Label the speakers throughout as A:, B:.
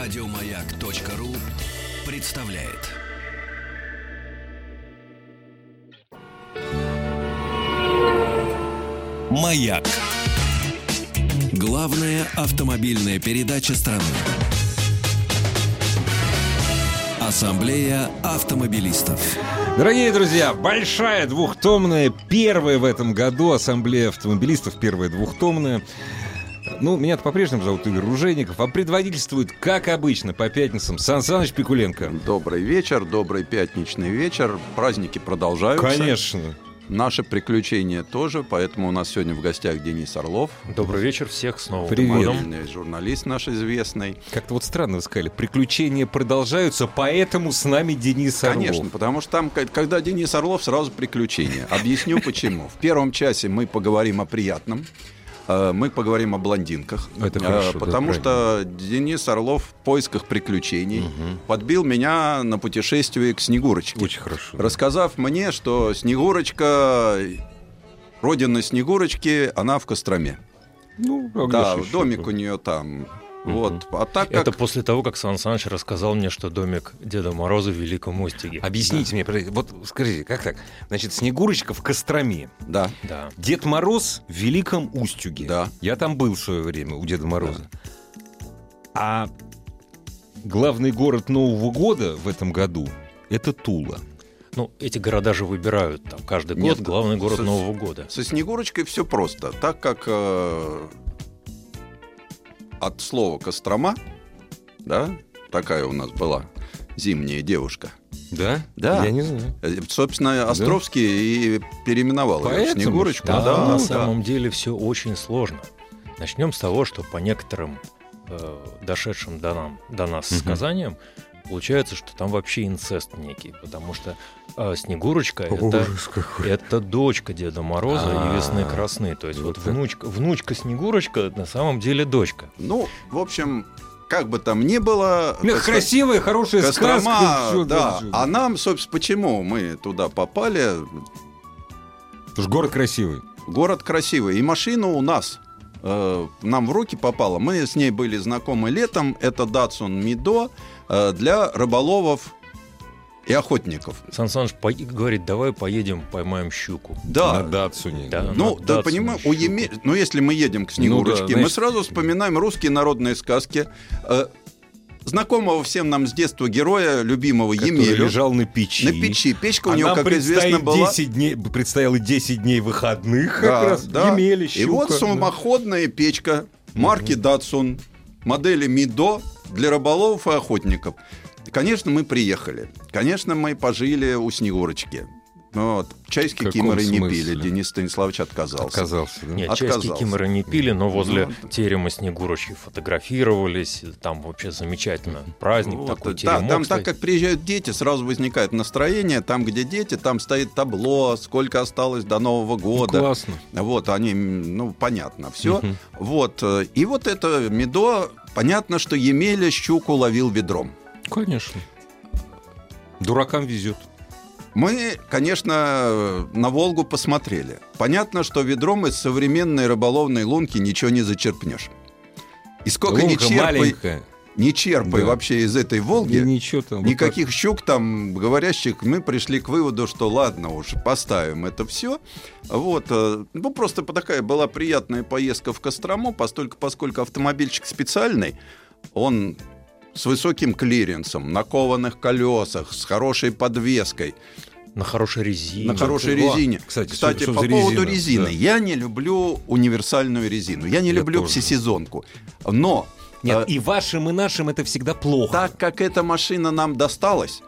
A: Радиомаяк.ру представляет. Маяк. Главная автомобильная передача страны. Ассамблея автомобилистов.
B: Дорогие друзья, большая двухтомная, первая в этом году ассамблея автомобилистов, первая двухтомная. Ну, меня по-прежнему зовут Игорь Ружейников, а предводительствует, как обычно, по пятницам Сан Саныч Пикуленко.
C: Добрый вечер, добрый пятничный вечер. Праздники продолжаются.
B: Конечно.
C: Наши приключения тоже, поэтому у нас сегодня в гостях Денис Орлов,
D: Добрый вечер всех снова.
B: Привет.
C: мобильный журналист наш известный.
B: Как-то вот странно вы сказали, приключения продолжаются, поэтому с нами Денис Орлов.
C: Конечно, потому что там, к- когда Денис Орлов, сразу приключения. Объясню почему. В первом часе мы поговорим о приятном. э, Мы поговорим о блондинках,
B: Это
C: Э,
B: хорошо, да,
C: потому что Денис Орлов в поисках приключений подбил меня на путешествие к Снегурочке.
B: Очень хорошо.
C: рассказав мне, что Снегурочка, родина Снегурочки, она в Костроме.
B: Ну, а где
C: да,
B: ж еще
C: домик
B: тут?
C: у нее там. Вот. А так как...
D: Это после того, как Сан Саныч рассказал мне, что домик Деда Мороза в Великом Устиге.
B: Объясните мне, подождите, вот скажите, как так? Значит, Снегурочка в Костроме,
C: Да.
D: Да.
B: Дед Мороз в Великом Устюге.
C: Да.
B: Я там был в свое время у Деда Мороза. А главный город Нового года в этом году это Тула.
D: Ну, эти города же выбирают там каждый год,
C: Нет,
D: главный город
C: со-
D: Нового года.
C: Со Снегурочкой все просто. Так как э, от слова Кострома, да, такая у нас была зимняя девушка.
B: Да?
C: Да.
B: Я не знаю.
C: Э, Собственно, Островский и переименовал её в
B: Поэтому,
C: Снегурочку.
B: что-
D: Там
B: да,
D: на
B: да.
D: самом деле все очень сложно. Начнем с того, что по некоторым э, дошедшим до, нам, до нас
B: Мгм.
D: сказаниям получается, что там вообще инцест некий, потому что э, Снегурочка это,
B: Ужас какой.
D: это дочка Деда Мороза
B: А,
D: и Весны Красны. То есть
B: вот так.
D: вот, внучка, внучка Снегурочка на самом деле дочка.
C: Ну, в общем, как бы там ни было...
B: Ну,
C: Костро-
B: красивая, хорошая сказка.
C: Кострома,
B: всё,
C: да.
B: всё.
C: А нам, собственно, почему мы туда попали?
B: Потому что город красивый.
C: Город красивый. И машина у нас э, нам в руки попала. Мы с ней были знакомы летом. Это Datsun Мидо э, для рыболовов и охотников.
D: Сан Саныч по- говорит, давай поедем, поймаем щуку.
C: Да.
B: На Датсуне.
D: Да.
C: Ну,
D: на
C: да,
D: Datsun
C: понимаешь,
D: щуку.
C: ну, если мы едем к Снегурочке,
B: Ну да, значит-
C: мы сразу вспоминаем русские народные сказки. э, знакомого всем нам с детства героя, любимого
B: Который
C: Емелю.
B: лежал на печи.
C: На печи. Печка
B: А
C: у него,
B: нам
C: как
B: предстоит
C: известно, была...
B: 10 дней, предстояло 10 дней выходных как раз. Емеля,
C: И вот
B: щука, да.
C: самоходная печка марки Datsun, модели Мидо для рыболовов и охотников. Конечно, мы приехали. Конечно, мы пожили у Снегурочки. Ну Вот. Чай с
B: В каком
C: кикиморой не
B: смысле?
C: пили. Денис Станиславович отказался.
B: Отказался, да?
D: Нет,
C: Отказался.
D: чайские киморы не пили, но возле
C: Ну,
D: терема Снегурочки фотографировались. Там вообще замечательно. Праздник
C: Вот,
D: такой,
C: да,
D: теремок.
C: там
D: стоит.
C: так как приезжают дети, сразу возникает настроение. Там, где дети, там стоит табло, сколько осталось до Нового года.
B: Классно.
C: Вот, они, м, ну, понятно все. Вот, э, и вот это медо, понятно, что Емеля щуку ловил ведром.
B: Конечно. Дуракам везет.
C: Мы, конечно, на Волгу посмотрели. Понятно, что ведром из современной рыболовной лунки ничего не зачерпнешь. И сколько не
B: Лунка
C: черпай,
B: маленькая.
C: не черпай
B: Да.
C: вообще из этой Волги,
B: И ничего там. Ну, вот
C: никаких щук там говорящих, мы пришли к выводу, что ладно уж, поставим это все. Вот, э, ну просто по- такая была приятная поездка в Кострому, постольку, поскольку автомобильчик специальный, он с высоким клиренсом, на кованых колесах, с хорошей подвеской,
D: На хорошей резине.
C: на хорошей
B: Во,
C: резине.
B: Ну кстати,
C: Кстати,
B: что- что
C: по
B: за
C: поводу
B: резина?
C: резины.
B: Да.
C: Я не люблю универсальную резину. Я не
B: Я
C: люблю
B: тоже.
C: всесезонку. Но
B: так. Нет,
C: э,
B: и вашим, и нашим это всегда плохо.
C: так как эта машина нам досталась,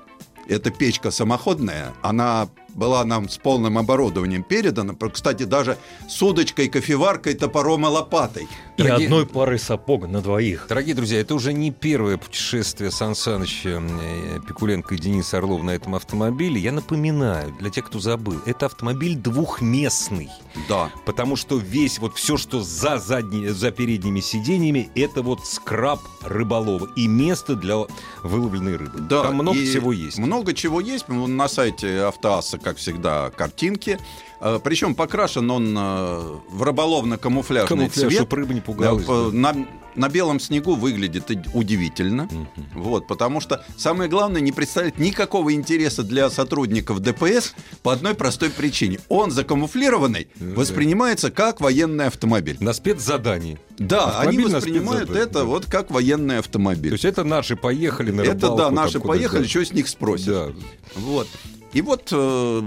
C: эта печка самоходная, она была нам с полным оборудованием передана, про- кстати, даже с удочкой, кофеваркой, топором и лопатой.
D: И
B: Дорогие-
D: одной парой сапог на двоих.
B: Дорогие друзья, это уже не первое путешествие Сан Саныча э, Пикуленко и Дениса Орлова на этом автомобиле. Я напоминаю, для тех, кто забыл, это автомобиль двухместный.
C: Да.
B: Потому что весь вот все, что за, задние, за передними сиденьями, это вот скраб рыболова и место для выловленной рыбы.
C: Да,
B: Там много
C: и
B: всего есть.
C: Много чего есть. Вон На сайте Автоасса, как всегда, картинки. Причем покрашен он э, в рыболовно-камуфляжный
B: Камуфляж,
C: цвет.
B: чтоб рыба не пугалась.
C: Да, по-
B: да.
C: нам- на белом снегу выглядит и- удивительно.
B: Мгм.
C: Вот, потому что самое главное не представляет никакого интереса для сотрудников ДПС по одной простой причине. Он закамуфлированный
B: Ну да.
C: воспринимается как военный автомобиль.
B: На спецзадании.
C: Да, они
B: Автомобиль на
C: воспринимают
B: спецзадании,
C: это
B: да.
C: вот как военный
B: То
C: автомобиль.
B: есть это наши поехали на
C: Это
B: рыбалку
C: да,
B: там
C: наши
B: куда-то.
C: поехали, что с них спросишь.
B: Да.
C: Вот. И вот э,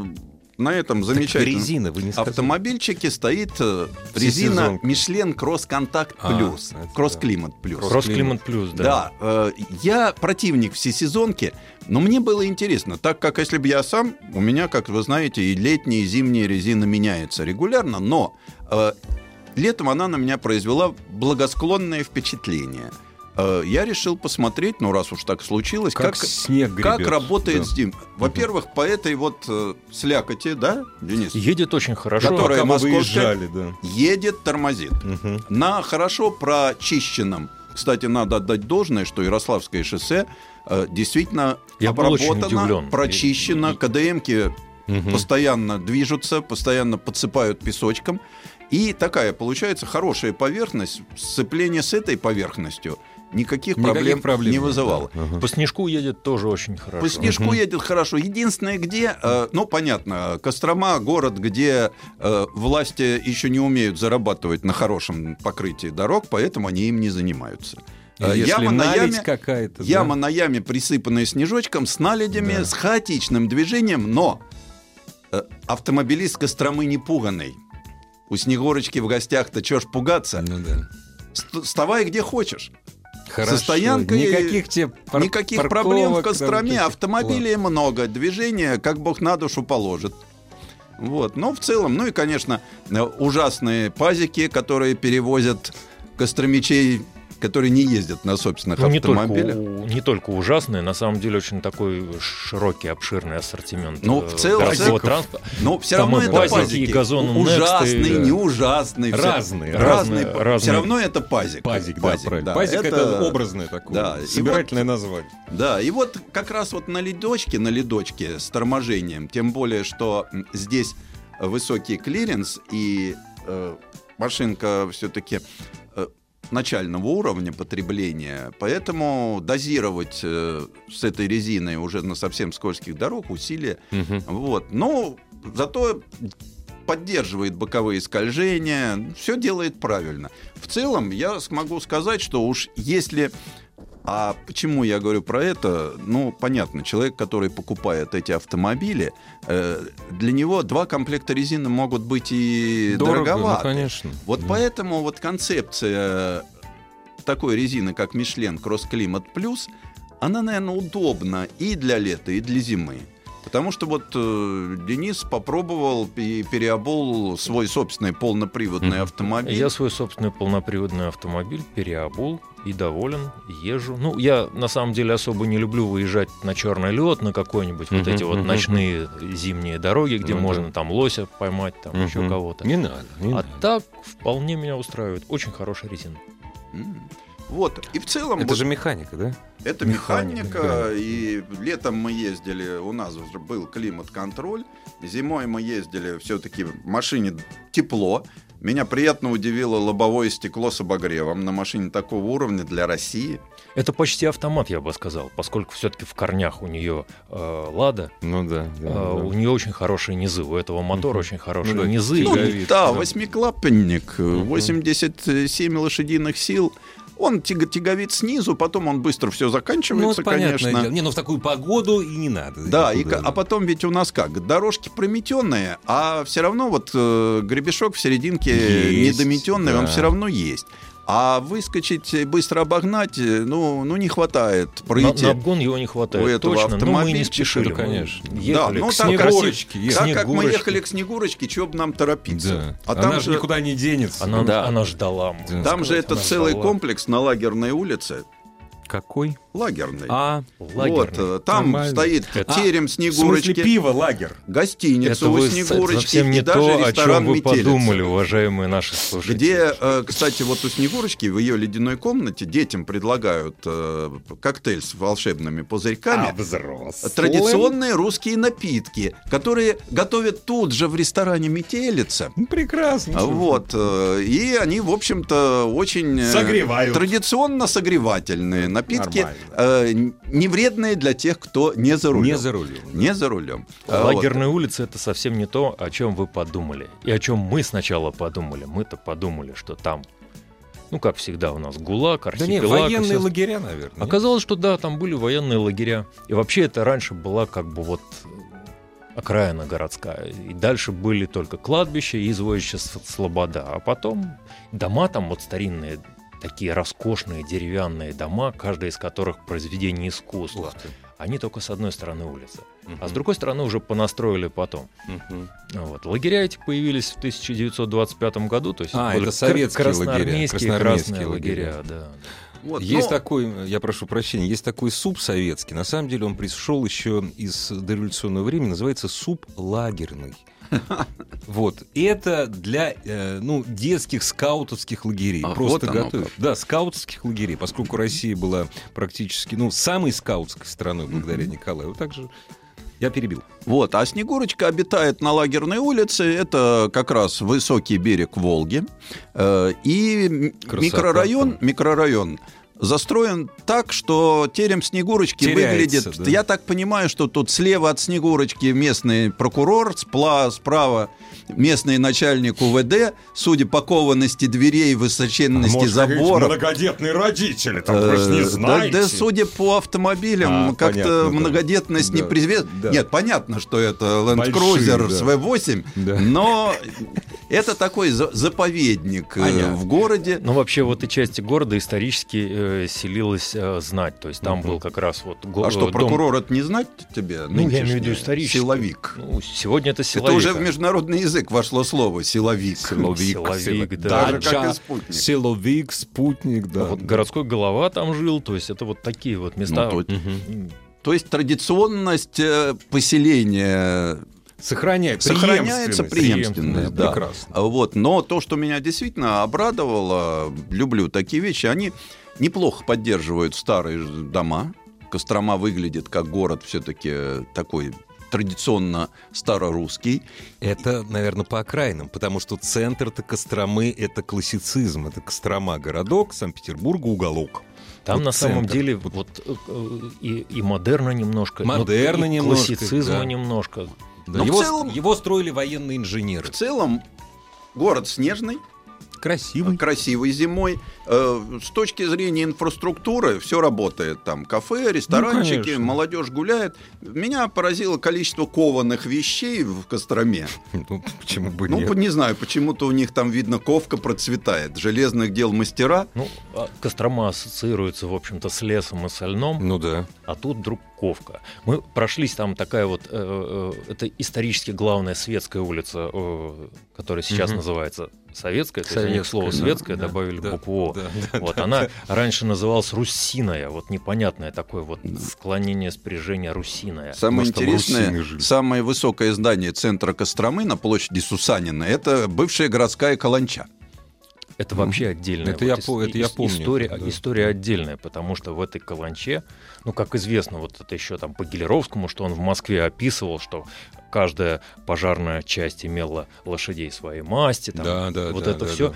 C: на этом замечательном
B: Резина, вы не сказали.
C: автомобильчике стоит э,
B: Все
C: резина
B: сезонки.
C: Мишлен Кросс Контакт
B: А,
C: Плюс,
B: это да.
C: Кросс Климат Плюс.
D: Кросс-климат плюс, да.
C: Да, э, я противник всесезонки, но мне было интересно, так как если бы я сам, у меня, как вы знаете, и летняя, и зимняя резина меняется регулярно, но э, летом она на меня произвела благосклонное впечатление. Э, я решил посмотреть, ну раз уж так случилось,
B: Как,
C: как,
B: снег гребет.
C: как
B: Да.
C: работает зим. Во-первых, по этой вот э, слякоти, да, Денис?
D: Едет очень хорошо.
C: Который- которая
B: Пока мы
C: московская.
B: выезжали, да.
C: Едет, тормозит.
B: Мгм.
C: На хорошо прочищенном, кстати, надо отдать должное, что Ярославское шоссе э, действительно
D: Я был очень удивлен.
C: обработано, прочищено,
D: И- и-
C: КДМки
B: Мгм.
C: постоянно движутся, постоянно подсыпают песочком. И такая получается хорошая поверхность, сцепление с этой поверхностью никаких,
B: Никаких
C: проблем,
B: проблем
C: не
B: нет,
C: вызывало.
B: да. Ага.
D: По снежку едет тоже очень хорошо.
C: По снежку едет хорошо. Единственное, где, э, ну, понятно, Кострома город, где э, власти еще не умеют зарабатывать на хорошем покрытии дорог, поэтому они им не занимаются.
B: Или
C: Э,
B: Если
C: яма на
B: наледь
C: яме,
B: какая-то. да.
C: яма на яме, присыпанная снежочком, с наледями,
B: Да.
C: с хаотичным движением, но э, автомобилист Костромы не пуганный. У Снегурочки в гостях-то чё ж пугаться?
B: Ну да.
C: Ст- Вставай где хочешь.
B: Хорошо.
C: стоянкой
B: Никаких тебе пар-
C: Никаких
B: парковок,
C: проблем
B: там,
C: в
B: вот
C: Костроме,
B: этих-
C: автомобилей много, движение как бог на душу положит. Вот, но в целом, ну и, конечно, э, ужасные пазики, которые перевозят костромичей, которые не ездят на собственных
D: Ну, не только,
C: автомобилях.
D: у- не только ужасные, на самом деле очень такой широкий, обширный ассортимент
C: Ну,
D: э,
C: в целом,
D: дорогого
C: в целом,
D: транспорта.
C: Но все
D: Там
C: Ну, равно
D: и
C: это
D: пазики,
C: пазики.
D: и газоны Next,
C: ужасный,
D: и-
C: не ужасный. всё-
B: Разные,
D: разные,
C: разные. Все
D: разные.
C: равно это пазик.
B: Пазик, да, правильно.
C: да.
B: Пазик это, образное такое.
C: да, и вот-
B: Собирательное название.
C: Да, и вот как раз вот на ледочке, на ледочке с торможением, тем более, что м, здесь высокий клиренс и э, машинка э, все-таки начального уровня потребления, поэтому дозировать э, с этой резиной уже на совсем скользких дорог усилия вот. Но зато поддерживает боковые скольжения, все делает правильно. В целом я смогу сказать, что уж если... А почему я говорю про это? Ну, понятно, человек, который покупает эти автомобили, э, для него два комплекта резины могут быть и
B: Дорого, ну,
C: дороговаты.
B: конечно.
C: Вот
B: Мгм.
C: поэтому вот концепция такой резины, как Мишлен Кросс Климат Плюс, она, наверное, удобна и для лета, и для зимы. Потому что вот э, Денис попробовал и переобул свой собственный полноприводный
B: Мгм.
C: автомобиль.
D: Я свой собственный полноприводный автомобиль переобул и доволен, езжу. Ну, я на самом деле особо не люблю выезжать на черный лед, на какой-нибудь вот
B: Мгм,
D: эти вот
B: мгм.
D: ночные зимние дороги, где
B: Ну да.
D: можно там лося поймать, там
B: Мгм.
D: еще кого-то.
B: Не надо. не
D: А
B: надо.
D: так вполне меня устраивает. Очень хорошая резина.
C: М. Вот. И в целом
B: Это
C: вот
B: же механика, да?
C: это
D: механика,
C: механика. И летом мы ездили, у нас уже был климат-контроль. Зимой мы ездили все-таки в машине тепло. Меня приятно удивило лобовое стекло с обогревом на машине такого уровня для России.
D: Это почти автомат, я бы сказал, поскольку все-таки в корнях у нее лада,
B: Ну да.
D: э, у нее очень хорошие низы, у этого мотора
B: Мгм.
D: очень хорошие
B: Ну да,
D: низы.
B: Ну, тяговик.
D: и-
B: Тяговит,
C: да,
B: да.
C: восьмиклапанник, э,
B: Мгм.
C: 87 лошадиных сил. Он тяг- тяговит снизу, потом он быстро все заканчивается, конечно.
B: Не, ну в такую погоду и не надо.
C: Да, и,
B: Никуда
C: ка-
B: не
C: а потом ведь у нас как? Дорожки прометенные, а все равно вот э, гребешок в серединке
B: Есть,
C: недометенный, он
B: да.
C: все равно есть. А выскочить и быстро обогнать, э, ну, ну не хватает.
D: На,
C: Пройти.
D: на обгон его не хватает.
C: у этого
D: точно, но мы и не
C: автомобильчика,
D: спешили.
B: да,
D: мы
B: конечно.
D: Ехали
C: Да, ну,
D: к
C: там
D: снегу.
B: красивочки,
D: Красив-
C: так как мы
D: Снегурочки.
C: ехали к Снегурочке, чего бы нам торопиться?
B: Да. она же никуда не денется.
D: Она,
C: Да.
D: она ждала. можно
B: Да.
D: сказать,
C: Там же
D: она
C: этот целый
D: ждала.
C: комплекс на лагерной улице.
D: какой?
C: Лагерный.
D: А,
C: Вот,
D: лагерный. А,
C: э, там
B: Нормально.
C: стоит
D: Это-
C: терем
B: В смысле
C: Снегурочки,
B: пиво, лагер.
C: гостиницу
D: Это
C: у
D: вы с- это
C: Снегурочки
D: совсем не
C: и даже
D: то, о
C: ресторан
D: чем вы
C: «Метелица».
D: подумали, уважаемые наши слушатели.
C: Где, э, кстати, вот у Снегурочки в ее ледяной комнате детям предлагают э, коктейль с волшебными пузырьками.
B: А взрослым?
C: Традиционные русские напитки, которые готовят тут же в ресторане «Метелица».
B: Ну, прекрасно.
D: А
C: Вот. э, И они, в общем-то, очень... э,
B: Согревают.
C: Традиционно согревательные напитки,
B: Нормально.
C: э, н- не вредные для тех, кто не за рулем.
B: Не за рулем.
C: Не за рулем. А вот.
D: Лагерная улица это совсем не то, о чем вы подумали. И о чем мы сначала подумали. Мы-то подумали, что там, ну как всегда у нас ГУЛАГ,
B: Да нет,
D: архипелаг. и
B: военные
D: всё
B: лагеря, наверное.
D: Оказалось, что да, там были военные лагеря. И вообще это раньше была как бы вот окраина городская. И дальше были только кладбища и извоище С- Слобода. А потом дома там вот старинные, такие роскошные деревянные дома, каждая из которых произведение искусства. Они только с одной стороны улицы. А с другой стороны уже понастроили потом. Вот. Лагеря эти появились в 1925 году. То есть
B: А,
D: были
B: это
D: кр-
B: советские лагеря,
D: красноармейские,
B: красноармейские
D: красные
B: лагеря.
D: лагеря. да.
C: Вот,
B: Есть
C: ну,
B: такой, я прошу прощения, есть такой суп советский. На самом деле он пришел еще из дореволюционного времени, называется суп лагерный. Вот. Это для э, ну, детских скаутовских лагерей.
C: А,
B: Просто
C: вот оно
B: готовят.
C: как.
B: Да, скаутских лагерей, поскольку Россия была практически ну, самой скаутской страной благодаря Николаю. Вот так же я перебил.
C: Вот, а Снегурочка обитает на лагерной улице. Это как раз высокий берег Волги. Э, И м-
B: Красота
C: микрорайон, микрорайон застроен так, что терем Снегурочки
B: Теряется,
C: выглядит...
B: да.
C: Я так понимаю, что тут слева от Снегурочки местный прокурор, спла- справа местный начальник УВД. Судя по кованности дверей,
B: А
C: высоченности заборов...
B: многодетные родители,
C: Э, да- Да, судя по автомобилям,
B: А, понятно,
C: как-то
B: да.
C: многодетность не
B: Да,
C: призвет.
B: да.
C: Нет, понятно, что это Land
B: Большие,
C: Cruiser
B: да.
C: V8,
B: Да.
C: но это такой за- заповедник э,
B: Понятно.
C: в городе.
D: Ну, вообще, в этой части города исторически э, селилась э, знать. То есть там
B: Мгм.
D: был как раз вот го-
C: А
D: э,
C: что,
D: дом-
C: прокурор это не знать тебе?
D: Ну, я имею в виду
C: нынешний?
D: исторически.
C: Силовик.
D: Ну, сегодня это
C: Это
D: силовик.
C: уже в международный язык вошло слово «силовик».
D: Силовик, да.
C: Даже как
B: Дача,
C: и спутник.
B: Силовик, спутник,
D: А
C: Ну
B: да.
D: Вот городской голова там жил. То есть это вот такие вот места.
C: Ну, то-
B: Мгм.
D: М,
C: То есть традиционность э, поселения
B: Сохраняет
C: Сохраняется преемственность,
B: Да,
C: да.
B: прекрасно.
C: А Вот. Но то, что меня действительно обрадовало, люблю такие вещи, они неплохо поддерживают старые ж- дома. Кострома выглядит как город все-таки такой традиционно старорусский.
B: Это, наверное, по окраинам, потому что центр-то Костромы — это классицизм, это Кострома — городок, Санкт-Петербурга — уголок.
D: Там
B: Вот
D: на самом
B: центр.
D: деле вот э, э, и, и модерна немножко, но
B: Модерна
D: и
B: немножко,
D: классицизма
B: да.
D: немножко.
B: Да,
C: Но в
B: его,
C: целом-
B: его строили военные инженеры.
C: В целом город снежный, Ну,
B: Красивый.
C: красивый зимой. Э, С точки зрения инфраструктуры все работает. Там кафе, ресторанчики,
B: конечно.
C: молодежь гуляет. Меня поразило количество кованых вещей в Костроме.
B: Ну, почему бы
C: Ну,
B: нет?
C: по- не знаю, почему-то у них там, видно, ковка процветает. Железных дел мастера.
D: Ну, а Кострома ассоциируется, в общем-то, с лесом и со льном.
B: Ну да.
D: а тут вдруг Ковка. Мы прошлись там такая вот, э, э, это исторически главная светская улица, э, которая сейчас
B: Мгм.
D: называется Советская, то есть они к слову
B: Советская, да,
D: «светская»
B: да,
D: добавили
B: да,
D: букву «о».
B: да, да,
D: Вот
B: да,
D: она
B: да.
D: раньше называлась Русиная, вот непонятное такое вот
C: Да.
D: склонение спряжения Русиная.
C: Самое
B: Может, там русины
C: интересное,
B: жили.
C: самое высокое здание центра Костромы на площади Сусанина – это бывшая городская каланча.
D: Это вообще отдельная
B: Это я
D: ис-
B: по- это я
D: ис-
B: помню,
D: История,
B: да.
D: история отдельная, потому что в этой каланче, ну, как известно, вот это еще там по Гелеровскому, что он в Москве описывал, что каждая пожарная часть имела лошадей своей масти, там,
B: Да, да,
D: вот
B: да,
D: это
B: да,
D: все.
B: да.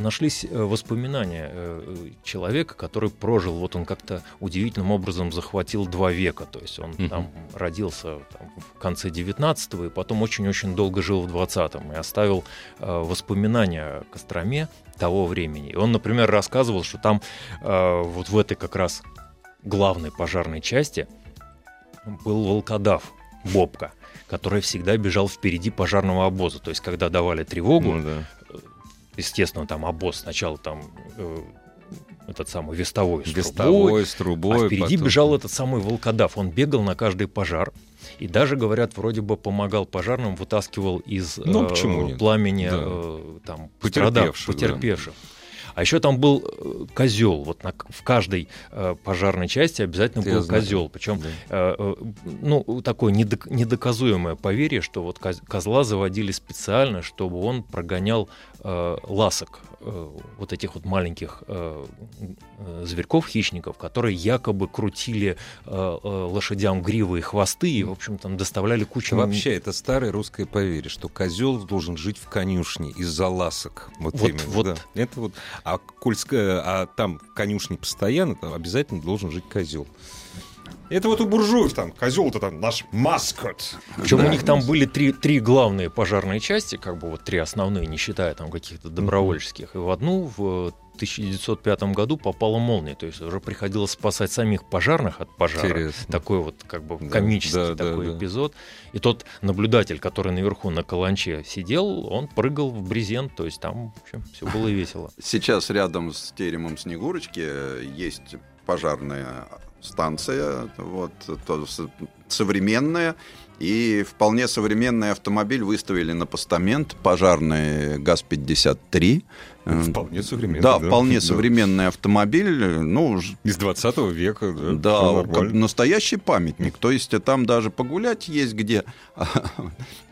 D: Нашлись э, воспоминания э, человека, который прожил, вот он как-то удивительным образом захватил два века, то есть он
B: Мгм.
D: там родился э, там, в конце 19-го и потом очень-очень долго жил в 20-м и оставил э, воспоминания о Костроме того времени. И он, например, рассказывал, что там э, вот в этой как раз главной пожарной части был волкодав Бобка, который всегда бежал впереди пожарного обоза. То есть, когда давали тревогу,
B: Ну да.
D: естественно, там обоз сначала там э, этот самый вестовой с трубой,
B: Вестовой, с трубой.
D: а впереди
B: потом-
D: бежал этот самый волкодав. Он бегал на каждый пожар. И даже, говорят, вроде бы помогал пожарным, вытаскивал из
B: Ну,
D: э,
B: почему нет?
D: пламени
B: Да.
D: э, там,
B: Потерпевших,
D: пострадав-
B: да.
D: потерпевших. А еще там был козел. Вот на к- в каждой э, пожарной части обязательно
B: Это я
D: был
B: знаю.
D: козел. Причем
B: Да.
D: э, э, ну, такое недок- недоказуемое поверье, что вот коз- козла заводили специально, чтобы он прогонял э, ласок, э, вот этих вот маленьких э, э, зверьков, хищников, которые якобы крутили э, э, лошадям гривы и хвосты и, в общем, там доставляли кучу...
B: Вообще, это старое русское поверье, что козел должен жить в конюшне из-за ласок. Вот,
D: Вот,
B: именно.
D: вот.
B: да. Это вот. А, кольская, а там в конюшне постоянно, там обязательно должен жить козел. Это вот у буржуев там козел-то там наш маскот.
D: Причем
B: Да.
D: у них там были три, три главные пожарные части, как бы вот три основные, не считая там каких-то добровольческих. И в одну в э, 1905 году попала молния, то есть уже приходилось спасать самих пожарных от пожара.
B: Интересно.
D: Такой вот как бы
B: Да, да,
D: комический
B: да,
D: такой
B: да.
D: эпизод. И тот наблюдатель, который наверху на каланче сидел, он прыгал в брезент, то есть там в общем, все было весело.
C: Сейчас рядом с теремом Снегурочки э, есть пожарная станция, вот, то с- современная, и вполне современный автомобиль выставили на постамент, пожарный ГАЗ-53. Э,
B: Вполне современный.
C: Да, вполне современный автомобиль, э, ну, ж-
B: Из 20 века, да. Э, всё
C: да, как
B: нормально.
C: настоящий памятник. То есть э, там даже погулять есть где.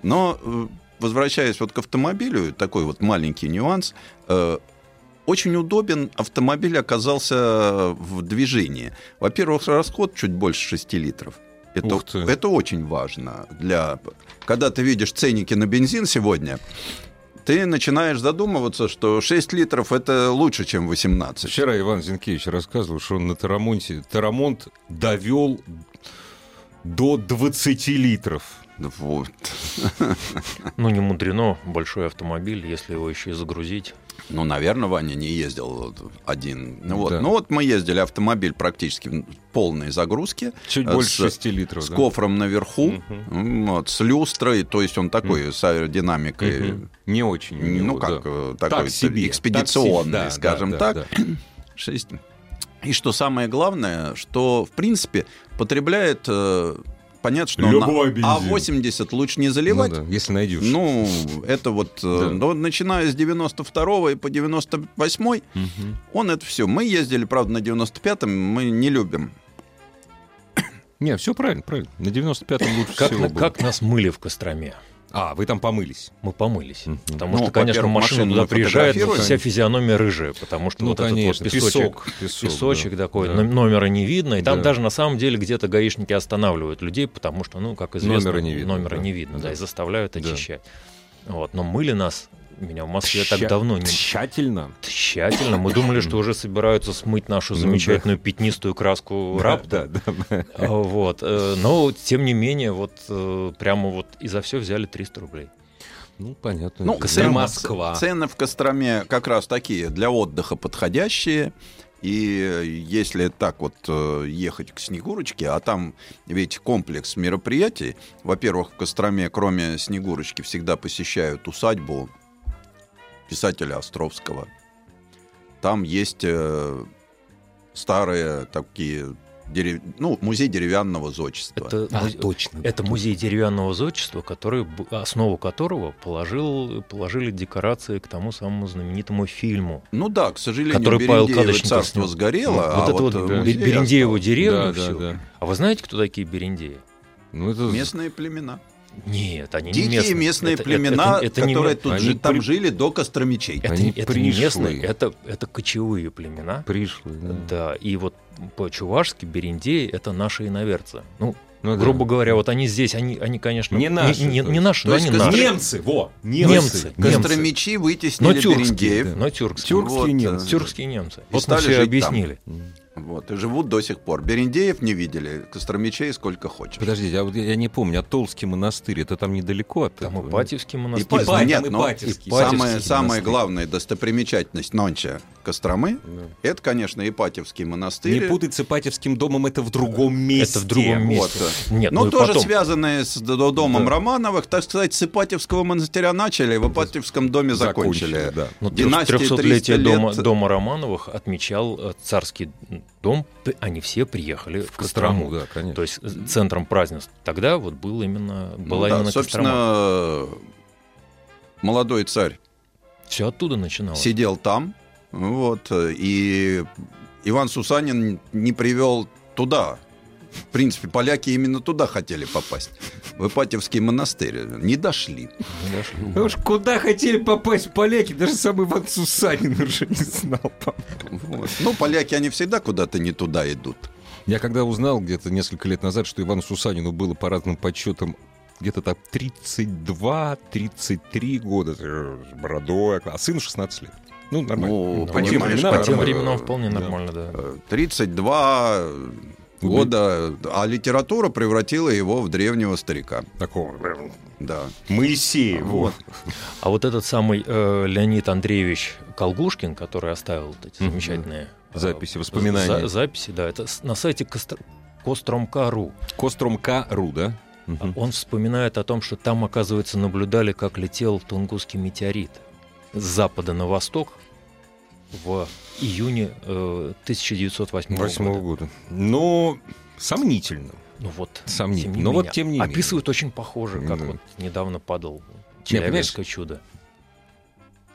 C: Но э, возвращаясь вот к автомобилю, такой вот маленький нюанс. э, Очень удобен автомобиль оказался в движении. Во-первых, расход чуть больше 6 литров. Это,
B: Ух ты.
C: это очень важно. Для... Когда ты видишь ценники на бензин сегодня, ты начинаешь задумываться, что 6 литров это лучше, чем 18.
B: Вчера Иван Зинкевич рассказывал, что он на Тарамонте... Тарамонт довел до 20 литров.
C: Вот.
D: Ну, не мудрено, большой автомобиль, если его еще и загрузить.
C: Ну, наверное, Ваня не ездил один. Ну вот,
B: Да.
C: ну вот мы ездили автомобиль практически в полной загрузки
B: Чуть
C: А
B: больше
C: с-
B: 6 литров.
C: с
B: да.
C: кофром наверху,
B: Мгм.
C: м, вот, с люстрой, то есть он такой с аэродинамикой,
B: Мгм. Не очень. у
C: ну
B: него, да.
C: как э,
B: Так
C: такой
B: себе, так себе,
C: экспедиционный,
B: да,
C: скажем
B: да,
C: так.
B: да,
C: Шесть. И что самое главное, что в принципе потребляет, э, понятно, что
B: Любой бензин.
C: а 80 лучше не
B: да. Ну
C: заливать.
B: да, если найдешь.
C: Ну, это вот, э,
B: Да.
C: ну, начиная с 92-го и по 98-й,
B: Мгм.
C: он это все. Мы ездили, правда, на 95-м, мы не любим.
B: Не, все правильно, правильно. На 95-м лучше
D: Как,
B: всего
D: на-
B: было.
D: как нас мыли в Костроме?
B: А, вы там помылись.
D: Мы помылись.
B: Мгм.
D: Потому
C: Ну,
D: что, конечно,
C: во-первых,
D: машина
C: машину
D: туда
C: мы
D: приезжает, вот
C: фотографируем.
D: вся физиономия рыжая, потому что
B: Ну,
D: вот
B: конечно,
D: этот вот песочек,
B: песок. Песок,
D: песочек
B: да.
D: такой,
B: Да.
D: но номера не видно. И там
B: Да.
D: даже на самом деле где-то гаишники останавливают людей, потому что, ну, как известно,
B: Номера не видно,
D: номера
B: да.
D: не видно, да,
B: Да.
D: и заставляют
B: Да.
D: очищать. Вот, но мыли нас, меня в Москве
B: Ща-
D: так давно не
B: Тщательно.
D: тщательно. Мы думали, что уже собираются смыть нашу
B: Ну,
D: замечательную пятнистую краску рапта.
B: Да, да, да.
D: А, Вот. э, Но, тем не менее, вот э, прямо вот и за все взяли 300 рублей.
B: Ну, понятно.
C: Ну,
B: дело.
C: цены-
B: Не Москва.
C: Цены в Костроме как раз такие, для отдыха подходящие. И если так вот э, ехать к Снегурочке, а там ведь комплекс мероприятий, во-первых, в Костроме, кроме Снегурочки, всегда посещают усадьбу писателя Островского. Там есть э, старые такие, дерев- ну, музей деревянного зодчества.
D: Это,
B: А,
D: музе-
B: точно.
D: это музей деревянного зодчества, который, б- основу которого положил, положили декорации к тому самому знаменитому фильму.
C: Ну да, к сожалению,
D: Который Павел
C: Берендеево
D: Кадочников
C: царство
D: снял.
C: сгорело,
D: Вот
C: а
D: это вот,
C: э,
B: да.
C: музей
D: Бе- Берендееву
C: остался.
D: деревню
B: Да, да,
D: всю.
B: да.
D: А вы знаете, кто такие Берендеи?
B: Ну, это...
C: Местные племена.
D: Нет, они не
C: Дикие
D: местные.
C: местные,
D: Это- это-
C: племена,
D: это- это не
C: которые
D: ме-
C: тут
B: Они
C: же, там
B: при-
C: жили до Костромичей.
D: Это,
B: Они
D: это не
B: пришлые.
D: местные, это, это кочевые племена.
B: Пришлые, да.
D: Да, и вот по-чувашски Берендеи — это наши иноверцы. Ну,
B: Ну, да.
D: грубо говоря, вот они здесь, они, они конечно,
B: Не наши,
D: не,
B: то
D: не
B: есть.
D: наши,
C: То
D: но
C: есть
D: они
C: костро-
D: наши.
B: Немцы, во,
D: Немцы. немцы.
C: Костромичи
D: Но
C: вытеснили
D: Ну, тюркские,
C: Берендеев.
D: но тюркские.
B: Тюркские
C: Вот,
B: немцы.
C: э,
D: Тюркские немцы. Вот мы
C: стали
D: все
C: жить
D: объяснили.
C: Вот, и живут до сих пор. Берендеев не видели, Костромичей сколько хочешь.
B: Подождите, а вот я, я не помню, а Толский монастырь, это там недалеко от
D: Там
B: этого?
D: Ипатьевский
C: И
D: монастырь.
C: Патьев-
B: Ипатьев,
C: нет,
B: там
C: но
B: Ипатьевский.
C: самая,
D: Ипатьевский
C: самая
D: монастырь.
C: главная достопримечательность нонче Костромы — это, конечно, Ипатьевский монастырь.
B: Не путать с Ипатьевским домом, это в другом месте.
D: Это в другом
C: Вот.
D: месте. Нет,
C: Но
D: ну и
C: тоже
D: потом.
C: связанные с д- домом
B: Да.
C: Романовых, так сказать, с Ипатьевского монастыря начали, в Ипатьевском доме закончили.
B: да.
D: Ну,
C: Династии 300
D: 300-летие
C: лет.
D: дома, дома Романовых отмечал э, царский дом. П- Они все приехали в, Кострому.
B: да, конечно.
D: То есть э, центром празднеств тогда вот был именно,
C: Ну
D: была
C: да,
D: именно Кострома.
C: собственно, молодой царь
D: Все оттуда начиналось.
C: сидел там, Вот. И Иван Сусанин не привел туда. В принципе, поляки именно туда хотели попасть. В Ипатьевский монастырь. Не дошли.
D: Не дошли.
B: Ну уж куда хотели попасть поляки, даже сам Иван Сусанин уже не знал.
C: Вот. Ну, поляки, они всегда куда-то не туда идут.
B: Я когда узнал где-то несколько лет назад, что Ивану Сусанину было по разным подсчетам где-то так 32-33 года, с бородой, а сын 16 лет. Ну, нормально.
C: Ну,
B: По тем
C: понимаешь,
B: временам
D: По тем
B: нормально.
D: временам вполне
B: Да.
D: нормально, да.
C: Э, 32 года, а литература превратила его в древнего старика.
B: Такого. прям,
C: Да.
B: Моисей, вот.
D: А вот этот самый э, Леонид Андреевич Колгушкин, который оставил вот эти
B: Мгм.
D: замечательные э,
B: Записи, воспоминания.
D: за- записи, да, это с- на сайте Костр- Костромка.ру.
B: Костромка.ру, да? Мгм.
D: Он вспоминает о том, что там, оказывается, наблюдали, как летел Тунгусский метеорит с запада на восток в июне э, 1908
B: Восьмого года.
D: года.
B: Ну, сомнительно.
D: Ну вот,
B: Сомнительно.
D: тем не
B: Но вот
D: менее.
B: тем не менее.
D: Описывают очень похоже, как
B: Да.
D: вот недавно падал
B: понимаешь,
D: Челябинское чудо.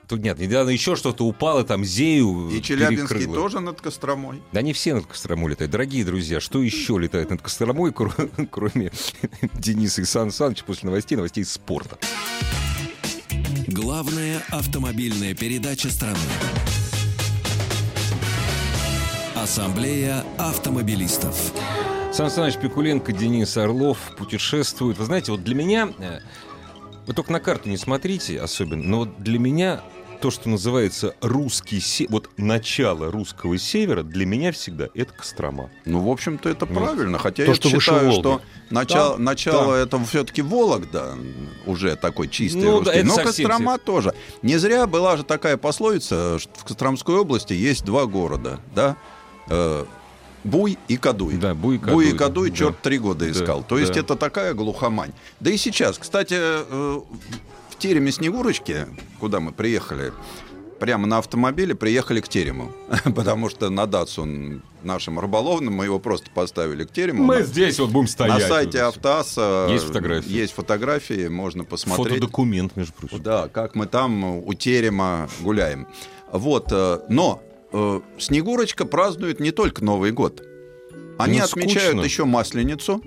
B: Тут нет, недавно еще что-то упало, там Зею
C: И Челябинский
B: перекрыло.
C: тоже над Костромой.
B: Да не все над Костромой летают. Дорогие друзья, что еще летает над Костромой, кро- кроме Дениса и Сан Саныча после новостей, новостей спорта?
A: Главная автомобильная передача страны. Ассамблея автомобилистов.
B: Сан Саныч Пикуленко, Денис Орлов путешествуют. Вы знаете, вот для меня... э, Вы только на карту не смотрите особенно, но вот для меня то, что называется русский север, вот начало русского севера для меня всегда это Кострома.
C: Ну, в общем-то, это
B: Ну,
C: правильно. Хотя
D: то,
C: я
D: что выше
C: считаю,
D: Волги.
C: что начало,
B: Да,
C: начало
B: да.
C: это все-таки Вологда уже такой чистый
B: Ну, да,
C: русский.
B: это
C: Но
B: совсем
C: Кострома тоже. Не зря была же такая пословица, что в Костромской области есть два города, да? Э, Буй и Кадуй.
B: Да, Буй и Кадуй,
C: Буй и Кадуй
B: да.
C: черт три года
B: Да,
C: искал. То есть
B: да.
C: это такая глухомань. Да и сейчас, кстати, э, в тереме Снегурочки, куда мы приехали, прямо на автомобиле приехали к терему. Потому что на Датсун нашим рыболовным мы его просто поставили к терему. На-
B: здесь вот будем
C: Ну, на
B: стоять.
C: сайте Автаса
B: Есть фотографии?
C: есть фотографии, можно посмотреть.
B: Фотодокумент, между прочим.
C: Да, как мы там э, у терема гуляем. Вот, э, но э, Снегурочка празднует не только Новый год. Они
B: Ну,
C: отмечают
B: скучно.
C: еще Масленицу.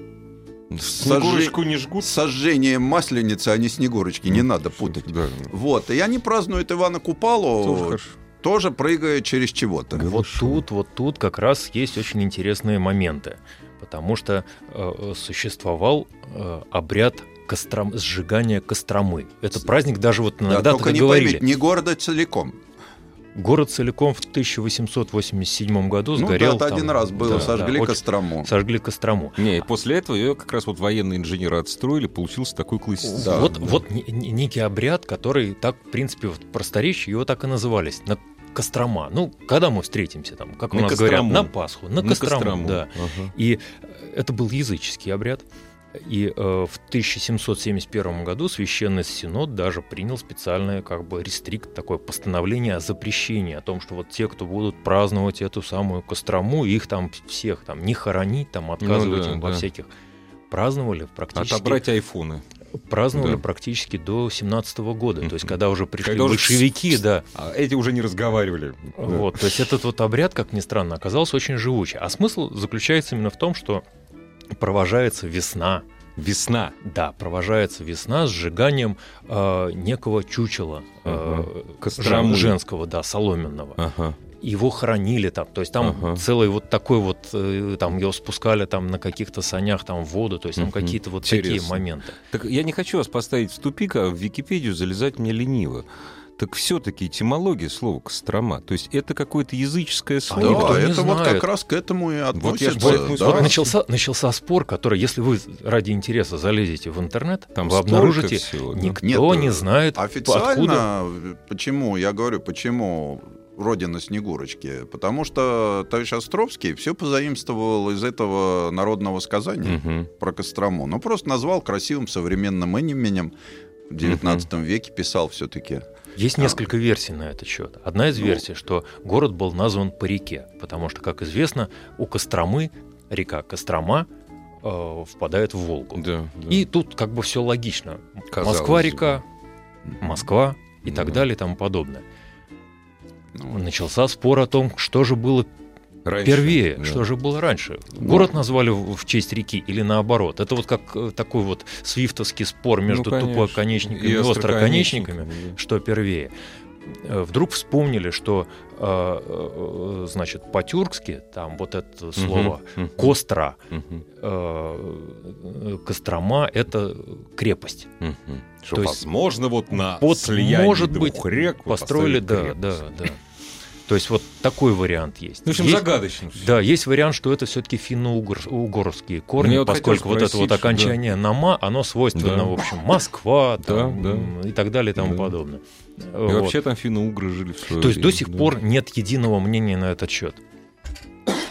B: Снегурочку не жгут?
C: С сожжением Масленицы, а не Снегурочки, не надо путать.
B: Да.
C: Вот, и они празднуют Ивана
B: Тоже
C: Купалу,
B: хорошо.
C: тоже прыгая через чего-то.
D: Вот тут, вот тут как раз есть очень интересные моменты, потому что э, существовал э, обряд костром... сжигания Костромы. Этот праздник даже вот
C: Да,
D: иногда
C: только
D: так и
C: не
D: говорили.
C: поймите, не города целиком.
D: Город целиком в 1887 году
C: Ну, да,
D: сгорел.
C: это
D: там-
C: один раз было,
D: да,
C: сожгли
D: да, очень-
C: Кострому.
D: Сожгли Кострому.
B: Не, и после этого ее как раз вот военные инженеры отстроили, получился такой классический.
C: Да.
D: вот, вот не- не- некий обряд, который так, в принципе, вот просторечие его так и назывались. На Кострома. Ну, когда мы встретимся там, как у
B: На
D: нас
B: Кострому.
D: говорят, на Пасху, на, Кострому, да. И э, это был языческий обряд. И э, в 1771 году Священный Синод даже принял специальное как бы рестрикт, такое постановление о запрещении, о том, что вот те, кто будут праздновать эту самую Кострому, их там всех там не хоронить, там отказывать
B: Ну да,
D: им во
B: да.
D: всяких праздновали практически
B: Отобрать айфоны.
D: праздновали
B: да.
D: практически до 17 года, то есть
B: Мгм.
D: когда уже пришли
B: Когда уже
D: большевики,
B: вс-
D: да,
B: А эти уже не разговаривали.
D: вот, то есть этот вот обряд, как ни странно, оказался очень живучий. А смысл заключается именно в том, что провожается весна.
B: Весна.
D: Да, провожается весна с сжиганием э, некого чучела э,
B: Костромы.
D: жен- женского, да, соломенного.
B: Ага.
D: Его хоронили там, то есть там
B: Ага.
D: целый вот такой вот, э, там его спускали там на каких-то санях там в воду, то есть там
B: Мгм.
D: какие-то вот такие
B: Интересно.
D: моменты.
B: Так я не хочу вас поставить в тупик, а в Википедию залезать мне лениво. Так все-таки этимология слова Кострома. То есть это какое-то языческое
C: Да,
D: А
B: слово.
D: никто не
C: это вот
D: знает.
C: как раз к этому и
B: Вот я
C: относится.
B: ж поэтому и
C: да.
B: спрашиваю.
D: Вот начался, начался спор, который, если вы ради интереса залезете в интернет, там вы
B: столько
D: обнаружите,
B: всего, да.
D: никто
C: Нет,
D: не
C: э,
D: знает,
C: Официально,
D: откуда.
C: почему, я говорю, почему родина Снегурочки? Потому что товарищ Островский все позаимствовал из этого народного сказания
B: Мгм.
C: про Кострому. Ну, просто назвал красивым современным именем. В 19 веке писал все-таки.
D: Есть
C: А.
D: несколько версий на этот счет. Одна из
C: Ну.
D: версий, что город был назван по реке, потому что, как известно, у Костромы река Кострома э, впадает в Волгу.
B: Да, да.
D: И тут как бы все логично.
B: Казалось бы.
D: Москва река, Москва и так
B: Да.
D: далее и тому подобное.
C: Ну, вот.
D: Начался спор о том, что же было
B: Раньше,
D: первее,
B: да.
D: что же было раньше.
C: Ну.
D: Город назвали в в честь реки или наоборот. Это вот как э, такой вот свифтовский спор
B: Ну,
D: между
B: конечно.
D: тупоконечниками
B: И
D: и остроконечниками.
B: остроконечниками,
D: что первее. Э, Вдруг вспомнили, что, э, э, значит, по-тюркски, там вот это
B: да.
D: слово
B: Мгм, мгм,
D: «костра»,
B: мгм,
D: э, Кострома — это крепость.
B: мгм. Что,
D: То есть
B: возможно, вот на
D: Вот,
B: слиянии
D: может
B: двух
D: быть,
B: рек вы
D: построили, да,
B: крепость.
D: да, да. То есть вот такой вариант есть.
B: Ну, в общем,
D: Есть-
B: загадочно. всё.
D: Да, есть вариант, что это все-таки финно-угорские корни,
B: Ну, я вот
D: поскольку
B: хотел
D: вот это вот
B: спросить,
D: окончание «нама», оно свойственно,
B: Да.
D: в общем, Москва там,
B: Да,
D: м, и так далее и тому
B: Да.
D: подобное.
B: И
D: Вот.
B: вообще там финно-угры жили в своё
D: То есть до
B: время,
D: сих
B: да.
D: пор нет единого мнения на этот счет.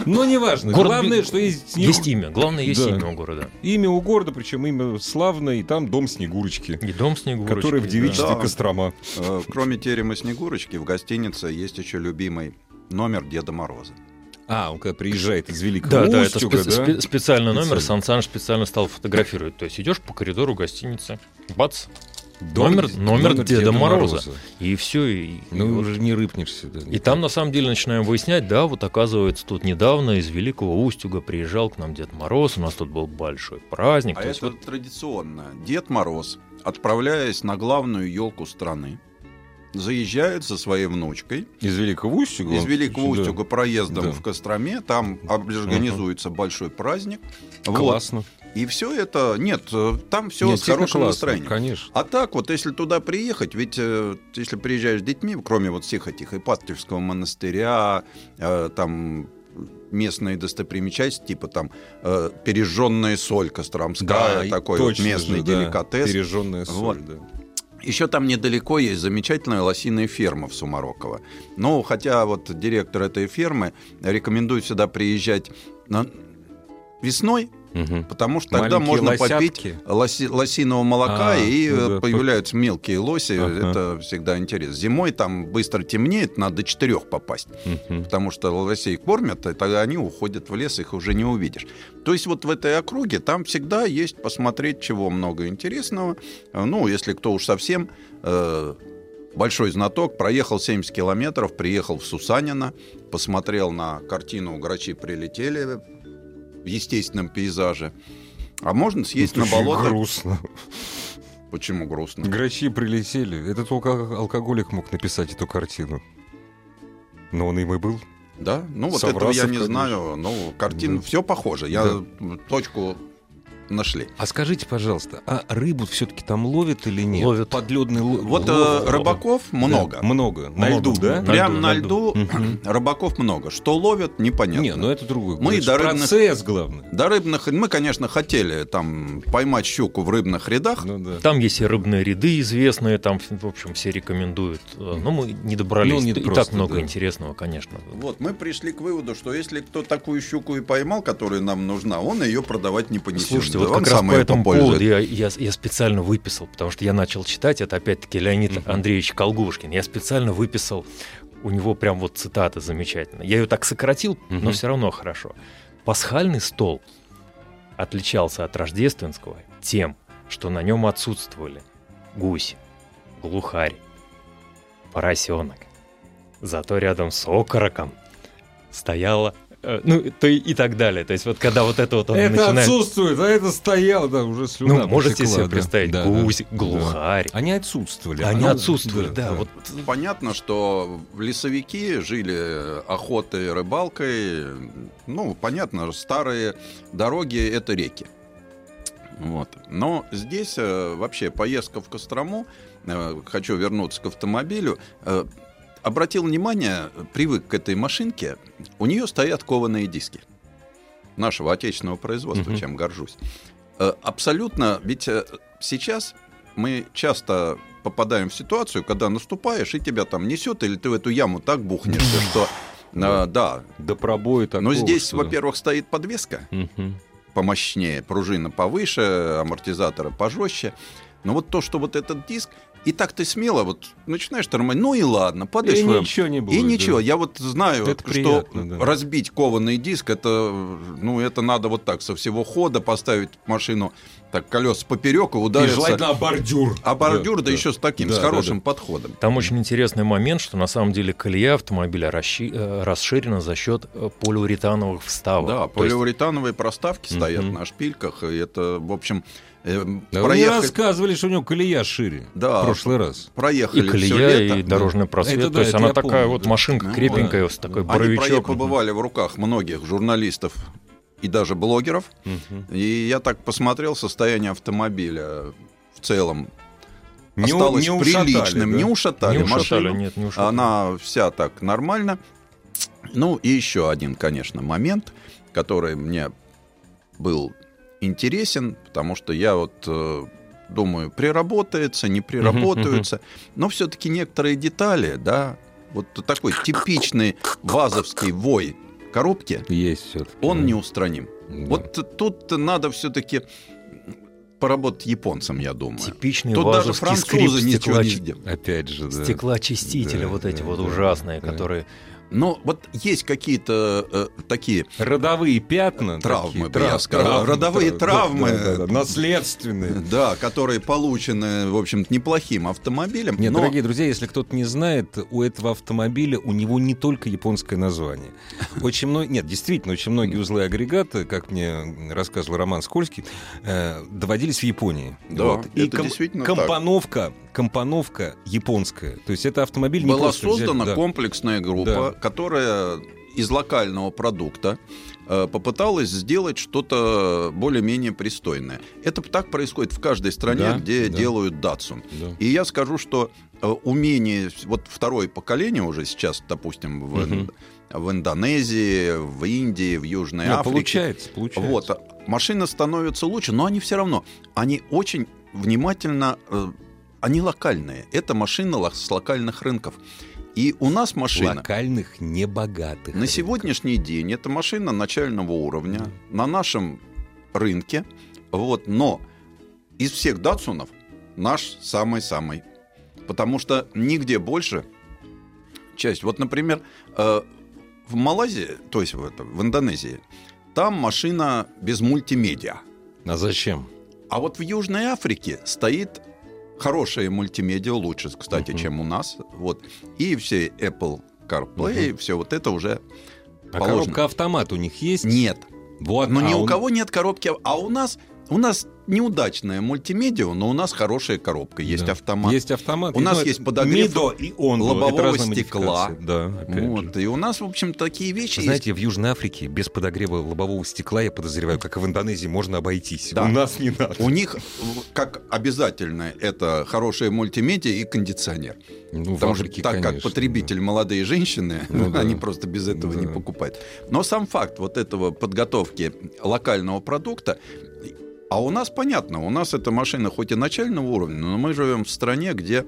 B: Но Ну, неважно.
D: Город
B: Главное,
D: Би-
B: что есть, снег-
D: Есть имя, главное, есть
B: Да.
D: имя у города.
B: имя у города, причем имя славное, и там дом Снегурочки,
D: И дом Снегурочки.
B: который в
D: да.
B: девичестве
C: Да.
B: Кострома.
C: Э, Кроме терема Снегурочки, в гостинице есть еще любимый номер Деда Мороза.
B: А, он когда приезжает из Великого
D: Да, да, это
B: Устюга,
D: спе-
B: да?
D: спе- специальный номер,
B: Специально.
D: Сан Саныч специально стал фотографировать. То есть идешь по коридору гостиницы, бац,
B: Дом-
D: номер- номер Деда Мороза. и все. И, и
B: Ну,
D: вот.
B: уже не рыпнешься. да,
D: И
B: никак.
D: там, на самом деле, начинаем выяснять, да, вот оказывается, тут недавно из Великого Устюга приезжал к нам Дед Мороз, у нас тут был большой праздник.
C: А
D: то есть
C: это традиционно. Дед Мороз, отправляясь на главную елку страны, заезжает со своей внучкой
B: Из Великого Устюга?
C: из
B: он
C: Великого
B: сюда.
C: Устюга проездом
B: Да.
C: в Костроме, там организуется большой праздник. Вот.
B: Классно.
C: И все это, нет, э, там все
B: Нет,
C: с
B: действительно
C: хорошим
B: классно,
C: настроением.
B: Конечно.
C: А так вот, если туда приехать, ведь э, если приезжаешь с детьми, кроме вот всех этих Ипатьевского монастыря, э, там местные достопримечательности, типа там э, пережженная соль Костромская,
B: и
C: такой вот
B: точно
C: местный
B: же, да,
C: деликатес.
B: Пережженная соль,
C: Вот.
B: да.
C: Еще там недалеко есть замечательная лосиная ферма в Сумароково. Ну, хотя вот директор этой фермы рекомендует сюда приезжать на- весной,
B: Мгм.
C: Потому что тогда
B: Маленькие
C: можно попить
B: лосятки?
C: лоси- лосиного молока,
B: А,
C: и
B: ну
C: э,
B: да,
C: появляются мелкие лоси.
B: Ага.
C: Это всегда интересно. Зимой там быстро темнеет, надо до четырех попасть.
B: Мгм.
C: Потому что лосей кормят, и тогда они уходят в лес, их уже не увидишь. То есть вот в этой округе там всегда есть посмотреть, чего много интересного. Э, Ну, если кто уж совсем э, большой знаток, проехал 70 километров, приехал в Сусанино, посмотрел на картину «Грачи прилетели» в естественном пейзаже. А можно съесть
B: Это
C: на
B: очень
C: болото?
B: грустно.
C: Почему грустно?
B: Грачи прилетели. Это только алко- алкоголик мог написать эту картину. Но он им и был.
C: Да? Ну, вот
B: Соврасов,
C: этого я не
B: конечно.
C: знаю. Ну, картин,
B: Да.
C: все похоже. Я
B: Да.
C: м, точку нашли.
B: А скажите, пожалуйста, а рыбу все-таки там ловят или нет?
D: Ловят.
B: Подледный лов.
C: Вот э, рыбаков много.
B: много. На
D: Много.
B: льду, да?
D: На
C: Прям
D: льду,
C: на
D: на
C: льду,
B: Мгм.
C: рыбаков много. Что ловят, непонятно.
B: Не, ну это другое.
C: Мы
B: Это
C: до
B: же
C: рыбных-
B: Процесс, главное.
C: До рыбных... Мы, конечно, хотели там поймать щуку в рыбных рядах.
B: Ну да.
D: Там есть и рыбные ряды известные, там, в общем, все рекомендуют. Э, Но мы не добрались.
B: Ну, не
D: и
B: просто,
D: так много
B: да.
D: интересного, конечно.
C: Вот, мы пришли к выводу, что если кто такую щуку и поймал, которая нам нужна, он ее продавать не понесет. Да
D: Слушайте, вот
C: он
D: как раз
C: сам
D: по
C: её
D: этому
C: попользует.
D: поводу я, я- я специально выписал, потому что я начал читать, это опять-таки Леонид
B: Мгм.
D: Андреевич Колгушкин. Я специально выписал, у него прям вот цитата замечательная. Я ее так сократил, но
B: Мгм.
D: все равно хорошо. Пасхальный стол отличался от рождественского тем, что на нем отсутствовали гусь, глухарь, поросенок. Зато рядом с окороком стояла э, ну, то и, и так далее. То есть вот когда вот это вот он
B: это
D: начинает...
B: отсутствует, а это стояло, да, уже слюна.
D: Ну, можете
B: потекла,
D: себе
B: да.
D: представить,
B: Да, да.
D: гусь, глухарь.
B: Они отсутствовали.
D: Они
B: А, ну,
D: отсутствовали, да, вот
C: Понятно, что в лесовики жили охотой, рыбалкой. Ну, понятно, старые дороги — это реки. Вот. Но здесь э, вообще поездка в Кострому, э, хочу вернуться к автомобилю, э, обратил внимание, привык к этой машинке, у нее стоят кованые диски нашего отечественного производства,
B: Мгм.
C: чем горжусь. Э, Абсолютно, ведь э, сейчас мы часто попадаем в ситуацию, когда наступаешь, и тебя там несет, или ты в эту яму так бухнешься, что... э, Да,
B: До пробоя
C: но
B: такого,
C: здесь,
B: что-
C: во-первых, стоит подвеска,
B: Мгм.
C: помощнее, пружина повыше, амортизаторы пожестче. Но вот то, что вот этот диск, И так ты смело вот начинаешь тормозить. Ну и ладно, падаешь
B: И
C: в-
B: ничего не будет,
C: И
B: да.
C: ничего. Я вот знаю,
B: Это
C: что
B: приятно, да.
C: разбить кованый диск, это, ну, это надо вот так со всего хода поставить машину, так колес поперек и
B: И
C: удариться.
B: желательно о бордюр.
C: А бордюр, да,
B: да.
C: еще с таким,
B: Да,
C: с
B: да,
C: хорошим подходом.
D: Там очень интересный момент, что на самом деле колея автомобиля расщи- э, расширена за счет э, полиуретановых вставок.
C: Да,
D: То есть
C: полиуретановые проставки стоят
D: Мгм.
C: на шпильках, и это, в общем, э,
B: Да вы мне
C: проехать...
B: рассказывали, что у него колея шире.
C: Да.
B: В прошлый раз.
C: Проехали
D: и
C: всё
D: колея, и
C: лето.
D: дорожный
B: Это
D: просвет.
B: да,
D: То есть
B: это
D: она
B: я
D: такая
B: помню,
D: вот
B: да.
D: машинка
C: Ну,
D: крепенькая,
B: да.
D: с такой
C: Они проехали,
D: боровичок.
C: побывали в руках многих журналистов и даже блогеров. И я так посмотрел состояние автомобиля в целом.
B: Не у-
C: Осталось
B: не ушатали,
C: приличным.
B: да?
C: не ушатали
D: Не ушатали,
C: машину.
D: нет, не ушатали.
C: Она вся так нормально. Ну и еще один, конечно, момент, который мне был интересен, потому что я вот э, думаю, приработается, не приработаются, но все-таки некоторые детали, да, вот такой типичный вазовский вой коробки,
B: Есть все-таки.
C: он неустраним. Вот тут надо все-таки поработать японцам, я думаю.
D: Типичный
C: Тут даже
D: вазовский скрип
C: французы ничего не
D: стеклоч-
C: сделали.
B: Опять же, да.
D: стеклоочистителя,
B: Да,
D: вот эти
B: да,
D: вот
B: да,
D: ужасные,
B: да.
D: которые...
C: Но вот есть какие-то э, такие
B: Родовые пятна.
C: Травмы,
B: такие,
C: бы я сказал. Родовые
B: трав-
C: травмы.
B: да, да, да, Наследственные.
C: Да, которые получены, в общем-то, неплохим автомобилем.
B: Нет,
C: но
B: дорогие друзья, если кто-то не знает, у этого автомобиля у него не только японское название. Очень много, нет, действительно, очень многие узлы и агрегаты, как мне рассказывал Роман Скользкий, э, доводились в Японии.
C: Да,
B: И
C: это действительно так.
B: компоновка, компоновка японская. То есть это автомобиль не
C: была
B: просто взяли,
C: создана
B: да.
C: комплексная группа,
B: Да.
C: которая из локального продукта э, попыталась сделать что-то более-менее пристойное. Это так происходит в каждой стране,
B: Да,
C: где
B: да.
C: делают Датсун.
B: Да.
C: И я скажу, что э, умение, вот второе поколение уже сейчас, допустим, в,
B: Мгм.
C: в Индонезии, в Индии, в Южной
B: Не,
C: Африке.
B: Ну, получается, получается.
C: Вот, а машины становятся лучше, но они все равно, они очень внимательно, э, они локальные. Это машина ло- с локальных рынков. И у нас машина
B: Локальных небогатых.
C: на сегодняшний день, это машина начального уровня на нашем рынке. Вот, но из всех датсунов наш самый-самый. Потому что нигде больше часть. Вот, например, э, в Малайзии, то есть в, это, в Индонезии, там машина без мультимедиа.
B: А зачем?
C: А вот в Южной Африке стоит хорошая мультимедиа, лучше, кстати,
B: Мгм.
C: чем у нас. Вот. И все Apple CarPlay, все вот это уже
B: А
C: положено.
B: коробка автомат у них есть?
C: Нет.
B: Вот,
C: Но
B: а
C: ни у
B: он-
C: кого нет коробки. А у нас, у нас неудачная мультимедиа, но у нас хорошая коробка. Есть
B: Да.
C: автомат.
B: Есть автомат. ну,
C: У нас
B: это
C: есть подогрев
B: Мидо и он
C: лобового стекла.
B: Да, опять же.
C: Вот. И у нас, в общем, такие вещи есть.
B: Знаете, в Южной Африке без подогрева лобового стекла, я подозреваю, как и в Индонезии, можно обойтись.
C: Да.
B: У нас не надо.
C: У них, в- как обязательно, это хорошая мультимедиа и кондиционер.
B: Ну, в
C: Потому что
B: Африке,
C: так как
B: конечно,
C: потребитель молодые женщины,
B: Ну да.
C: они просто без этого не
B: Да.
C: покупают. Но сам факт вот этого подготовки локального продукта, а у нас понятно, у нас эта машина хоть и начального уровня, но мы живем в стране, где
B: да.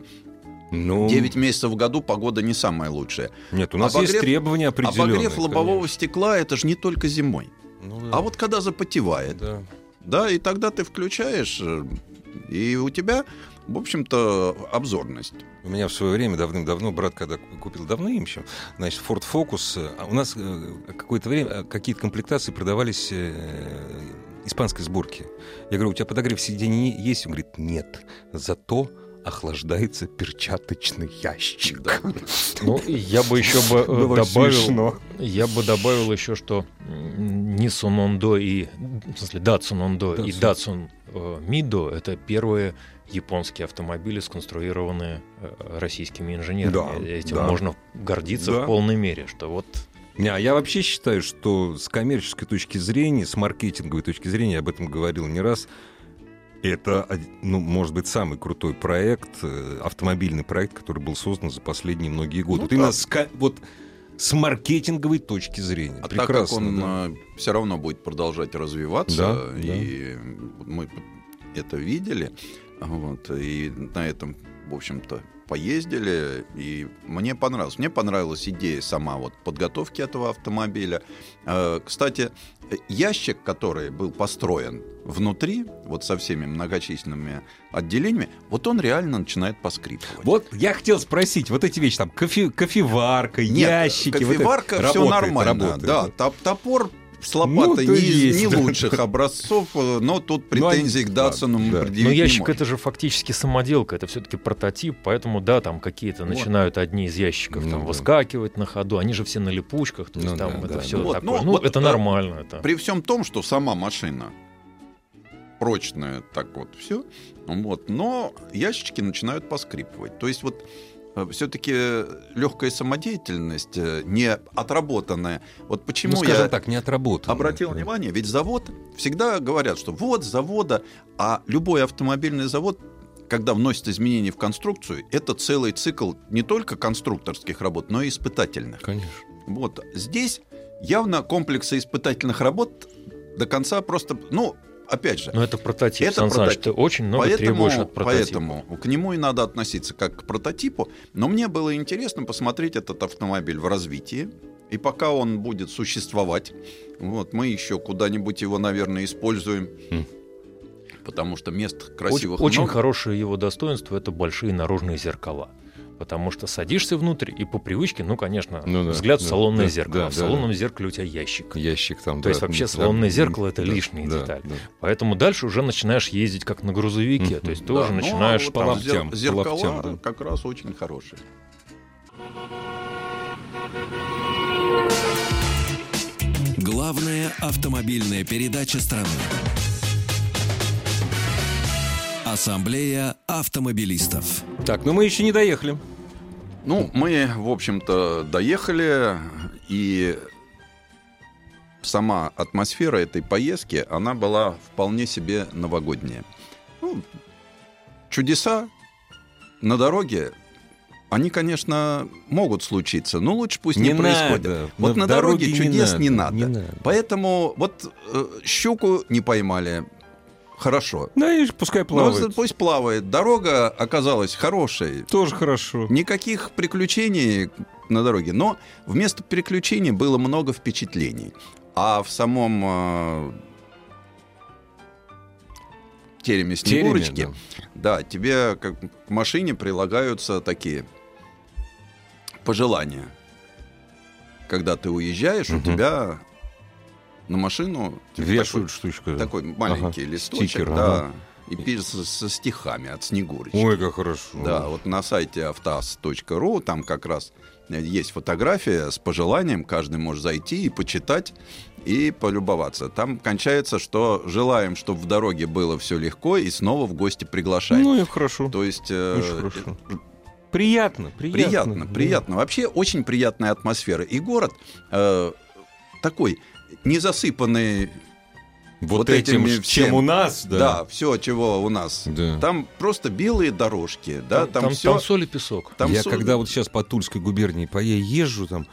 B: Ну,
C: 9 месяцев в году погода не самая лучшая.
B: Нет, у нас
C: Обогрев-
B: есть требования определенные.
C: Обогрев лобового
B: конечно.
C: стекла это же не только зимой.
B: Ну да.
C: А вот когда запотевает,
B: Да.
C: да, и тогда ты включаешь, э, и у тебя, в общем-то, обзорность.
B: У меня в свое время давным-давно брат, когда купил давно им еще, значит, Ford Focus, э, а у нас э, какое-то время э, какие-то комплектации продавались э, испанской сборки. Я говорю, у тебя подогрев сиденья есть? Он говорит, нет, зато охлаждается перчаточный ящик.
D: Ну, и я бы еще бы э,
B: Было
D: добавил...
B: смешно.
D: Я бы добавил еще, что м, Нисунондо и... В смысле, Датсунондо и Датсун э, Мидо — это первые японские автомобили, сконструированные э, российскими инженерами.
B: Да,
D: Этим
B: да.
D: можно гордиться
B: Да.
D: в полной мере, что вот...
B: Не, а я вообще считаю, что с коммерческой точки зрения, с маркетинговой точки зрения, я об этом говорил не раз, это, од- ну, может быть, самый крутой проект, э, автомобильный проект, который был создан за последние многие годы.
C: Ну
B: вот именно
C: да.
B: с, ко- вот с маркетинговой точки зрения.
C: А так как
B: Прекрасно.
C: он
B: да.
C: все равно будет продолжать развиваться,
B: Да,
C: и мы это видели, вот, и на этом, в общем-то, поездили, и мне понравилось. Мне понравилась идея сама вот подготовки этого автомобиля. Э, Кстати, ящик, который был построен внутри, вот со всеми многочисленными отделениями, вот он реально начинает поскрипывать.
B: Вот я хотел спросить, вот эти вещи, там, кофе, кофеварка,
C: Нет,
B: ящики. вот это
C: кофеварка все
B: работает,
C: нормально.
B: работает.
C: Да, топ- топор с лопатой
B: Ну, то
C: не,
B: есть,
C: из не
B: да.
C: лучших образцов, э, но тут
B: Ну, они-
C: претензий к Датсону мы
B: да. Ну,
C: предъявить
D: Но
C: не
D: ну, ящик
C: можем.
D: это же фактически самоделка, это все-таки прототип, поэтому да, там какие-то
B: Вот.
D: начинают одни из ящиков
B: Ну
D: там
B: да.
D: выскакивать на ходу, они же все на липучках, то есть
B: Ну
D: там
B: да,
D: это
B: да.
D: все
C: Ну вот,
D: такое.
C: ну
D: Ну,
C: вот,
D: это
C: э,
D: нормально. Это.
C: При всем том, что сама машина прочная, так вот все, вот, но ящички начинают поскрипывать. То есть вот все-таки легкая самодеятельность, э, не отработанная. Вот
B: Ну,
C: почему
B: скажем
C: я
B: так, не отработал.
C: обратил внимание, ведь завод всегда говорят, что вот с завода, а любой автомобильный завод когда вносят изменения в конструкцию, это целый цикл не только конструкторских работ, но и испытательных.
B: Конечно.
C: Вот здесь явно комплексы испытательных работ до конца просто, ну, опять же,
D: Но это прототип,
C: это
D: Сан Саныч,
C: прототип.
D: ты очень много требуешь от прототипа.
C: поэтому к нему и надо относиться как к прототипу. Но мне было интересно посмотреть этот автомобиль в развитии. И пока он будет существовать, вот мы еще куда-нибудь его, наверное, используем,
B: М.
C: потому что мест
D: Хм. Очень,
C: красивых
D: очень
C: много.
D: хорошее его достоинство это большие наружные зеркала. Потому что садишься внутрь, и по привычке, ну, конечно,
B: Ну да,
D: взгляд в
B: да,
D: салонное
B: да,
D: зеркало.
B: да,
D: в
B: да,
D: салонном зеркале у тебя ящик.
B: Ящик там.
D: То есть вообще салонное зеркало это лишняя деталь. Поэтому дальше уже начинаешь ездить как на грузовике.
B: Мгм.
D: То есть ты
C: Да,
D: уже
C: ну, а
D: начинаешь
C: вот
B: по
D: там-
C: зер-
B: локтям, по
C: Зеркала
B: локтям, да.
C: как раз очень хорошие.
A: Главная автомобильная передача страны. Ассамблея автомобилистов.
B: Так, ну мы еще не доехали.
C: Ну, мы, в общем-то, доехали, и сама атмосфера этой поездки, она была вполне себе новогодняя. Ну, чудеса на дороге, они, конечно, могут случиться, но лучше пусть не, происходят. Вот на дороге чудес не надо. Поэтому вот э, щуку не поймали. Хорошо.
B: Ну и пускай
C: Ну,
B: плавает.
C: пусть плавает. Дорога оказалась хорошей.
B: Тоже хорошо.
C: Никаких приключений на дороге, но вместо приключений было много впечатлений. А в самом э, тереме Снегурочки,
B: Тереме,
C: да. тебе как к машине прилагаются такие пожелания. Когда ты уезжаешь, у
B: Мгм.
C: тебя на машину
B: да.
C: типа,
B: Вешают штучку.
C: такой, такой маленький
B: Ага,
C: листочек,
B: стикер,
C: да,
B: ага.
C: и пишется со стихами от Снегурочки.
B: Ой, как хорошо.
C: Да, вот на сайте автоаз.ру там как раз э, есть фотография с пожеланием, каждый может зайти и почитать и полюбоваться. Там кончается, что желаем, чтобы в дороге было все легко и снова в гости приглашаем.
B: Ну и хорошо.
C: То есть э,
B: Очень хорошо. Приятно, приятно.
C: приятно,
B: Да.
C: приятно. Вообще очень приятная атмосфера. И город э, такой не засыпанный,
B: Вот,
C: Вот
B: этим,
C: этими
B: ж, чем
C: всем.
B: у нас,
C: да,
B: да.
C: все, чего у нас.
B: Да.
C: Там просто белые дорожки, да, там,
D: там-
C: все.
D: там соль и песок.
B: я когда вот сейчас по Тульской губернии по ей езжу там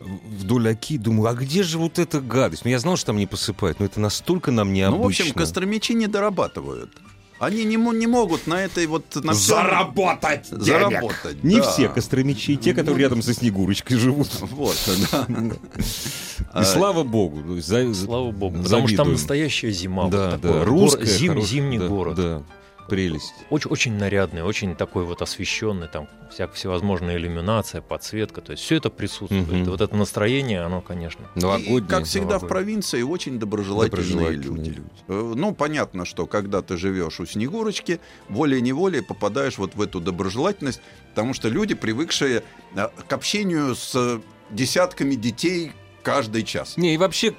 B: в- вдоль Оки, думаю, а где же вот эта гадость? Ну, я знал, что там не посыпают, но это настолько нам необычно.
C: Ну, в общем, костромичи не дорабатывают. Они не, мо- не могут на этой вот... На всём
B: Заработать денег!
C: заработать.
B: Не
C: да.
B: все костромичи, те, которые рядом со Снегурочкой живут.
C: Вот, да.
B: И слава богу. то есть за- за-
D: Слава богу. Потому что там
B: завидуем.
D: настоящая зима.
B: да,
D: вот
B: да,
D: такой гор-
B: русская,
D: зим-
B: хорошая,
D: зимний
B: да,
D: город.
B: Да, прелесть.
D: Очень, очень нарядный, очень такой вот освещенный, там вся всевозможная иллюминация, подсветка, то есть все это присутствует.
B: Мгм.
D: И вот это настроение, оно, конечно.
C: И,
B: Новогодний.
C: как всегда в
B: новогодний.
C: провинции очень доброжелательные
B: Доброжелательные
C: люди. Э, Ну, понятно, что когда ты живешь у Снегурочки, волей-неволей попадаешь вот в эту доброжелательность, потому что люди, привыкшие э, к общению с э, десятками детей каждый час.
B: Не, и вообще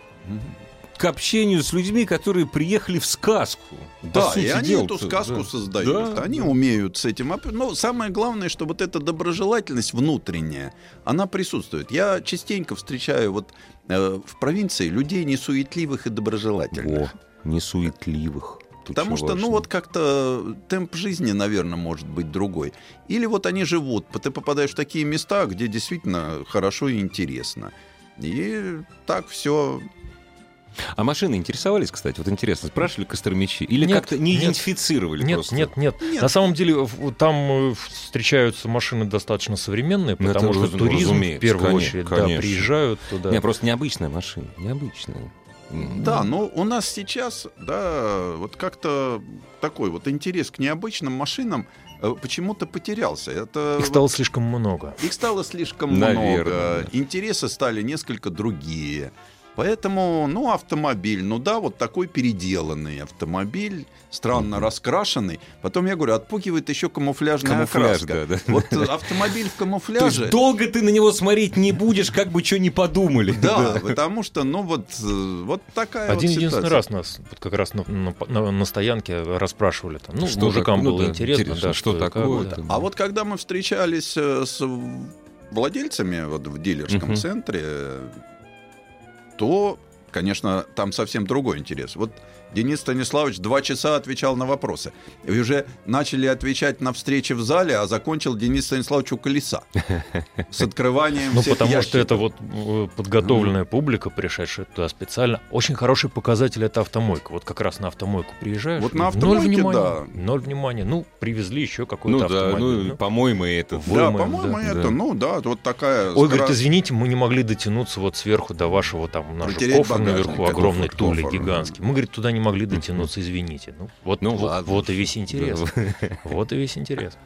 B: к общению с людьми, которые приехали в сказку. По
C: Да,
B: сути
C: и они
B: дела,
C: эту
B: то-
C: сказку
B: да.
C: создают.
B: Да,
C: они
B: да.
C: умеют с этим. оп- Но самое главное, что вот эта доброжелательность внутренняя, она присутствует. Я частенько встречаю вот э, в провинции людей несуетливых и доброжелательных.
B: Во, несуетливых. Тут
C: Потому
B: всё
C: что, ну
B: важно.
C: вот как-то темп жизни, наверное, может быть другой. Или вот они живут, п- ты попадаешь в такие места, где действительно хорошо и интересно. И так все
B: А машины интересовались, кстати, вот интересно, спрашивали костромичи или
D: Нет,
B: как-то не
D: нет.
B: идентифицировали
D: Нет,
B: просто?
D: нет, нет,
C: Нет.
D: На самом деле в- там э, встречаются машины достаточно современные,
B: Ну, это
D: потому что
B: разум-
D: туризм в
B: разумеется,
D: первую
B: коне-
D: очередь да,
B: конечно.
D: приезжают туда.
B: Не, просто необычная машина, необычная. М.
C: Да, но у нас сейчас, да, вот как-то такой вот интерес к необычным машинам э, почему-то потерялся. Это
D: Их
C: вот-
D: стало слишком много.
C: Их стало слишком
B: Наверное,
C: много.
B: да.
C: Интересы стали несколько другие. Поэтому, ну, автомобиль, ну да, вот такой переделанный автомобиль, странно раскрашенный. Потом я говорю, отпугивает еще камуфляжная
B: Камуфляж,
C: окраска.
B: да, да.
C: Вот э, автомобиль в
B: То есть
C: камуфляже.
B: долго ты на него смотреть не будешь, как бы что ни подумали.
C: Да, потому что, ну вот, э, вот такая
D: Один
C: вот
D: единственный
C: ситуация.
D: раз нас вот как раз на, на- на- на стоянке расспрашивали там. Ну,
B: Что
D: мужикам
B: так- ну
D: было
B: да,
D: интересно,
B: интересно,
D: да,
B: что
D: и как,
B: такое
D: да.
B: там.
C: А вот когда мы встречались э, с владельцами вот в дилерском
B: Мгм.
C: центре, э, то, конечно, там совсем другой интерес. Вот Денис Станиславович два часа отвечал на вопросы. И уже начали отвечать на встрече в зале, а закончил Денис Станиславович у колеса. С открыванием
D: Ну,
C: всех
D: потому что
C: ящиков.
D: это вот э, подготовленная публика, пришедшая туда специально. Очень хороший показатель это автомойка. Вот как раз на автомойку приезжаешь.
C: Вот
D: и
C: на
D: ноль
C: автомойке,
D: внимания,
C: да.
D: Ноль внимания. Ну, привезли еще какой-то
B: Ну да,
D: автомобиль.
B: ну,
D: Ну,
B: по-моему, это...
D: Вот.
C: Да,
D: Вымоем,
C: по-моему,
D: да,
C: это,
B: да.
C: ну да, вот такая...
D: Ой,
C: скра-
D: говорит, извините, мы не могли дотянуться вот сверху до вашего там, у нас же
C: Протереть
D: кофр
C: багажник,
D: наверху,
C: это
D: огромный
C: кофр,
D: тули
C: кофр,
D: гигантский. Мы, говорит, туда не могли дотянуться, извините. Ну, вот,
B: Ну,
D: вот,
B: ладно.
D: вот и весь интерес. Вот и весь интерес.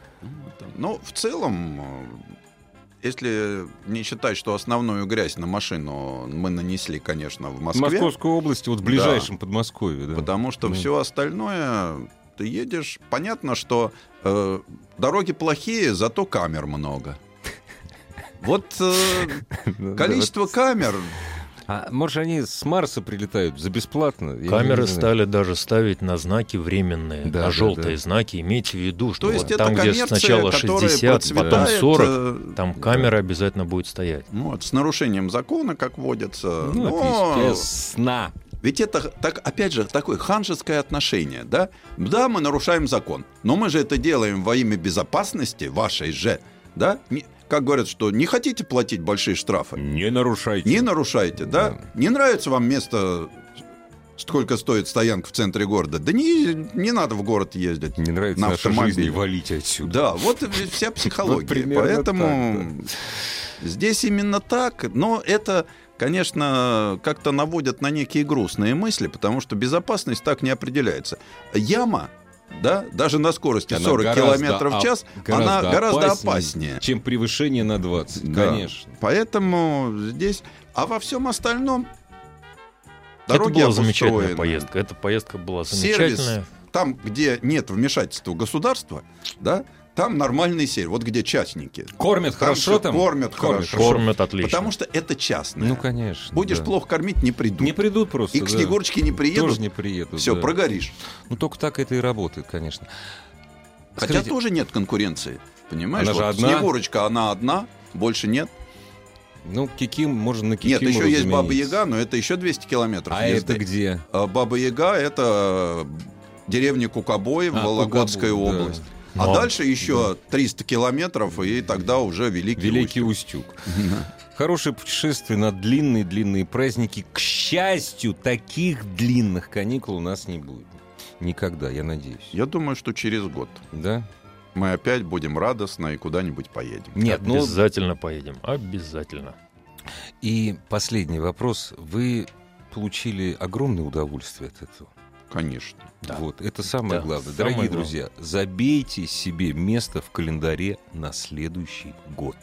C: Ну, в целом, э, если не считать, что основную грязь на машину мы нанесли, конечно, в
B: В
C: Москве,
B: Московской области, вот в ближайшем Подмосковье, да.
C: потому что
B: Ну.
C: все остальное ты едешь. Понятно, что э, дороги плохие, зато камер много. Вот э,
B: Да,
C: количество камер,
B: вот. А может, они с Марса прилетают за бесплатно? Я
D: Камеры
B: не знаю.
D: стали даже ставить на знаки временные,
B: Да, да,
D: на желтые
B: да.
D: знаки. Имейте в виду, что
C: то есть
D: вот
C: это
D: там, где
C: коммерция,
D: сначала
C: которая
D: 60,
C: процветает,
D: потом 40,
C: э,
D: там камера обязательно будет стоять.
C: ну, вот, с нарушением закона, как водится.
B: Ну,
C: но-
B: это сна.
C: Ведь это, так, опять же, такое ханжеское отношение, да? Да, мы нарушаем закон, но мы же это делаем во имя безопасности вашей же, да? Не- как говорят, что не хотите платить большие штрафы,
B: Не нарушайте.
C: не нарушайте, да?
B: Да.
C: Не нравится вам место, сколько стоит стоянка в центре города, да не, не надо в город ездить.
B: Не нравится
C: На
B: наша
C: автомобиле.
B: жизнь, и валите отсюда.
C: Да, вот и вся психология.
B: Вот примерно
C: Поэтому здесь именно так, но это, конечно, как-то наводит на некие грустные мысли, потому что безопасность так не определяется. Яма, да, даже на скорости
B: Она
C: 40
B: гораздо
C: километров в
B: оп-
C: час,
B: гораздо
C: она гораздо
B: опаснее,
C: опаснее.
B: Чем превышение на 20,
C: Да.
B: конечно.
C: Поэтому здесь... А во всем остальном...
D: Это
C: Дороги
D: была замечательная
C: обустроены.
D: поездка. Эта поездка была
C: Сервис.
D: замечательная.
C: Там, где нет вмешательства государства, да, там нормальный сервис. Вот где частники.
B: Кормят хорошо
C: всё
B: там?
C: кормят хорошо.
D: Кормят отлично.
C: Потому что это частное.
B: Ну, конечно.
C: Будешь
B: да.
C: плохо кормить, не придут.
B: Не придут просто.
C: и к
B: да.
C: Снегурочке не приедут,
B: Тоже не приедут.
C: все,
B: да.
C: прогоришь.
B: Ну, только так это и работает, конечно.
C: Хотя
B: Скажите,
C: тоже нет конкуренции, понимаешь?
B: Она же
C: Вот
B: одна.
C: Снегурочка, она одна, больше нет.
B: Ну, Киким, можно на
C: нет,
B: Кикимору
C: еще есть
B: заменить.
C: Баба-Яга, но это еще 200 километров
B: А
C: езды.
B: это где?
C: А Баба-Яга — это деревня Кукобои в
B: А,
C: Вологодской
B: Кукобой, да.
C: области.
D: Ну,
C: А
D: а-
C: дальше еще 300 километров, и тогда уже Великий,
B: Великий Устюг. Хорошее путешествие на длинные-длинные праздники. К счастью, таких длинных каникул у нас не будет. Никогда, я надеюсь.
C: Я думаю, что через год
B: Да?
C: мы опять будем радостно и куда-нибудь поедем.
B: Нет, ну,
D: Обязательно поедем. Обязательно.
B: И последний вопрос. Вы получили огромное удовольствие от этого.
C: Конечно.
D: Да.
B: Вот, это самое
D: Да,
B: главное.
D: самое
B: Дорогие
D: главное.
B: друзья, забейте себе место в календаре на следующий год.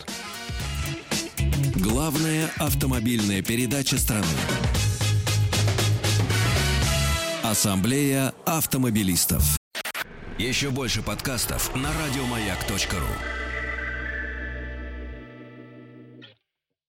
A: Главная автомобильная передача страны. Ассамблея автомобилистов. Еще больше подкастов на радиомаяк.ру.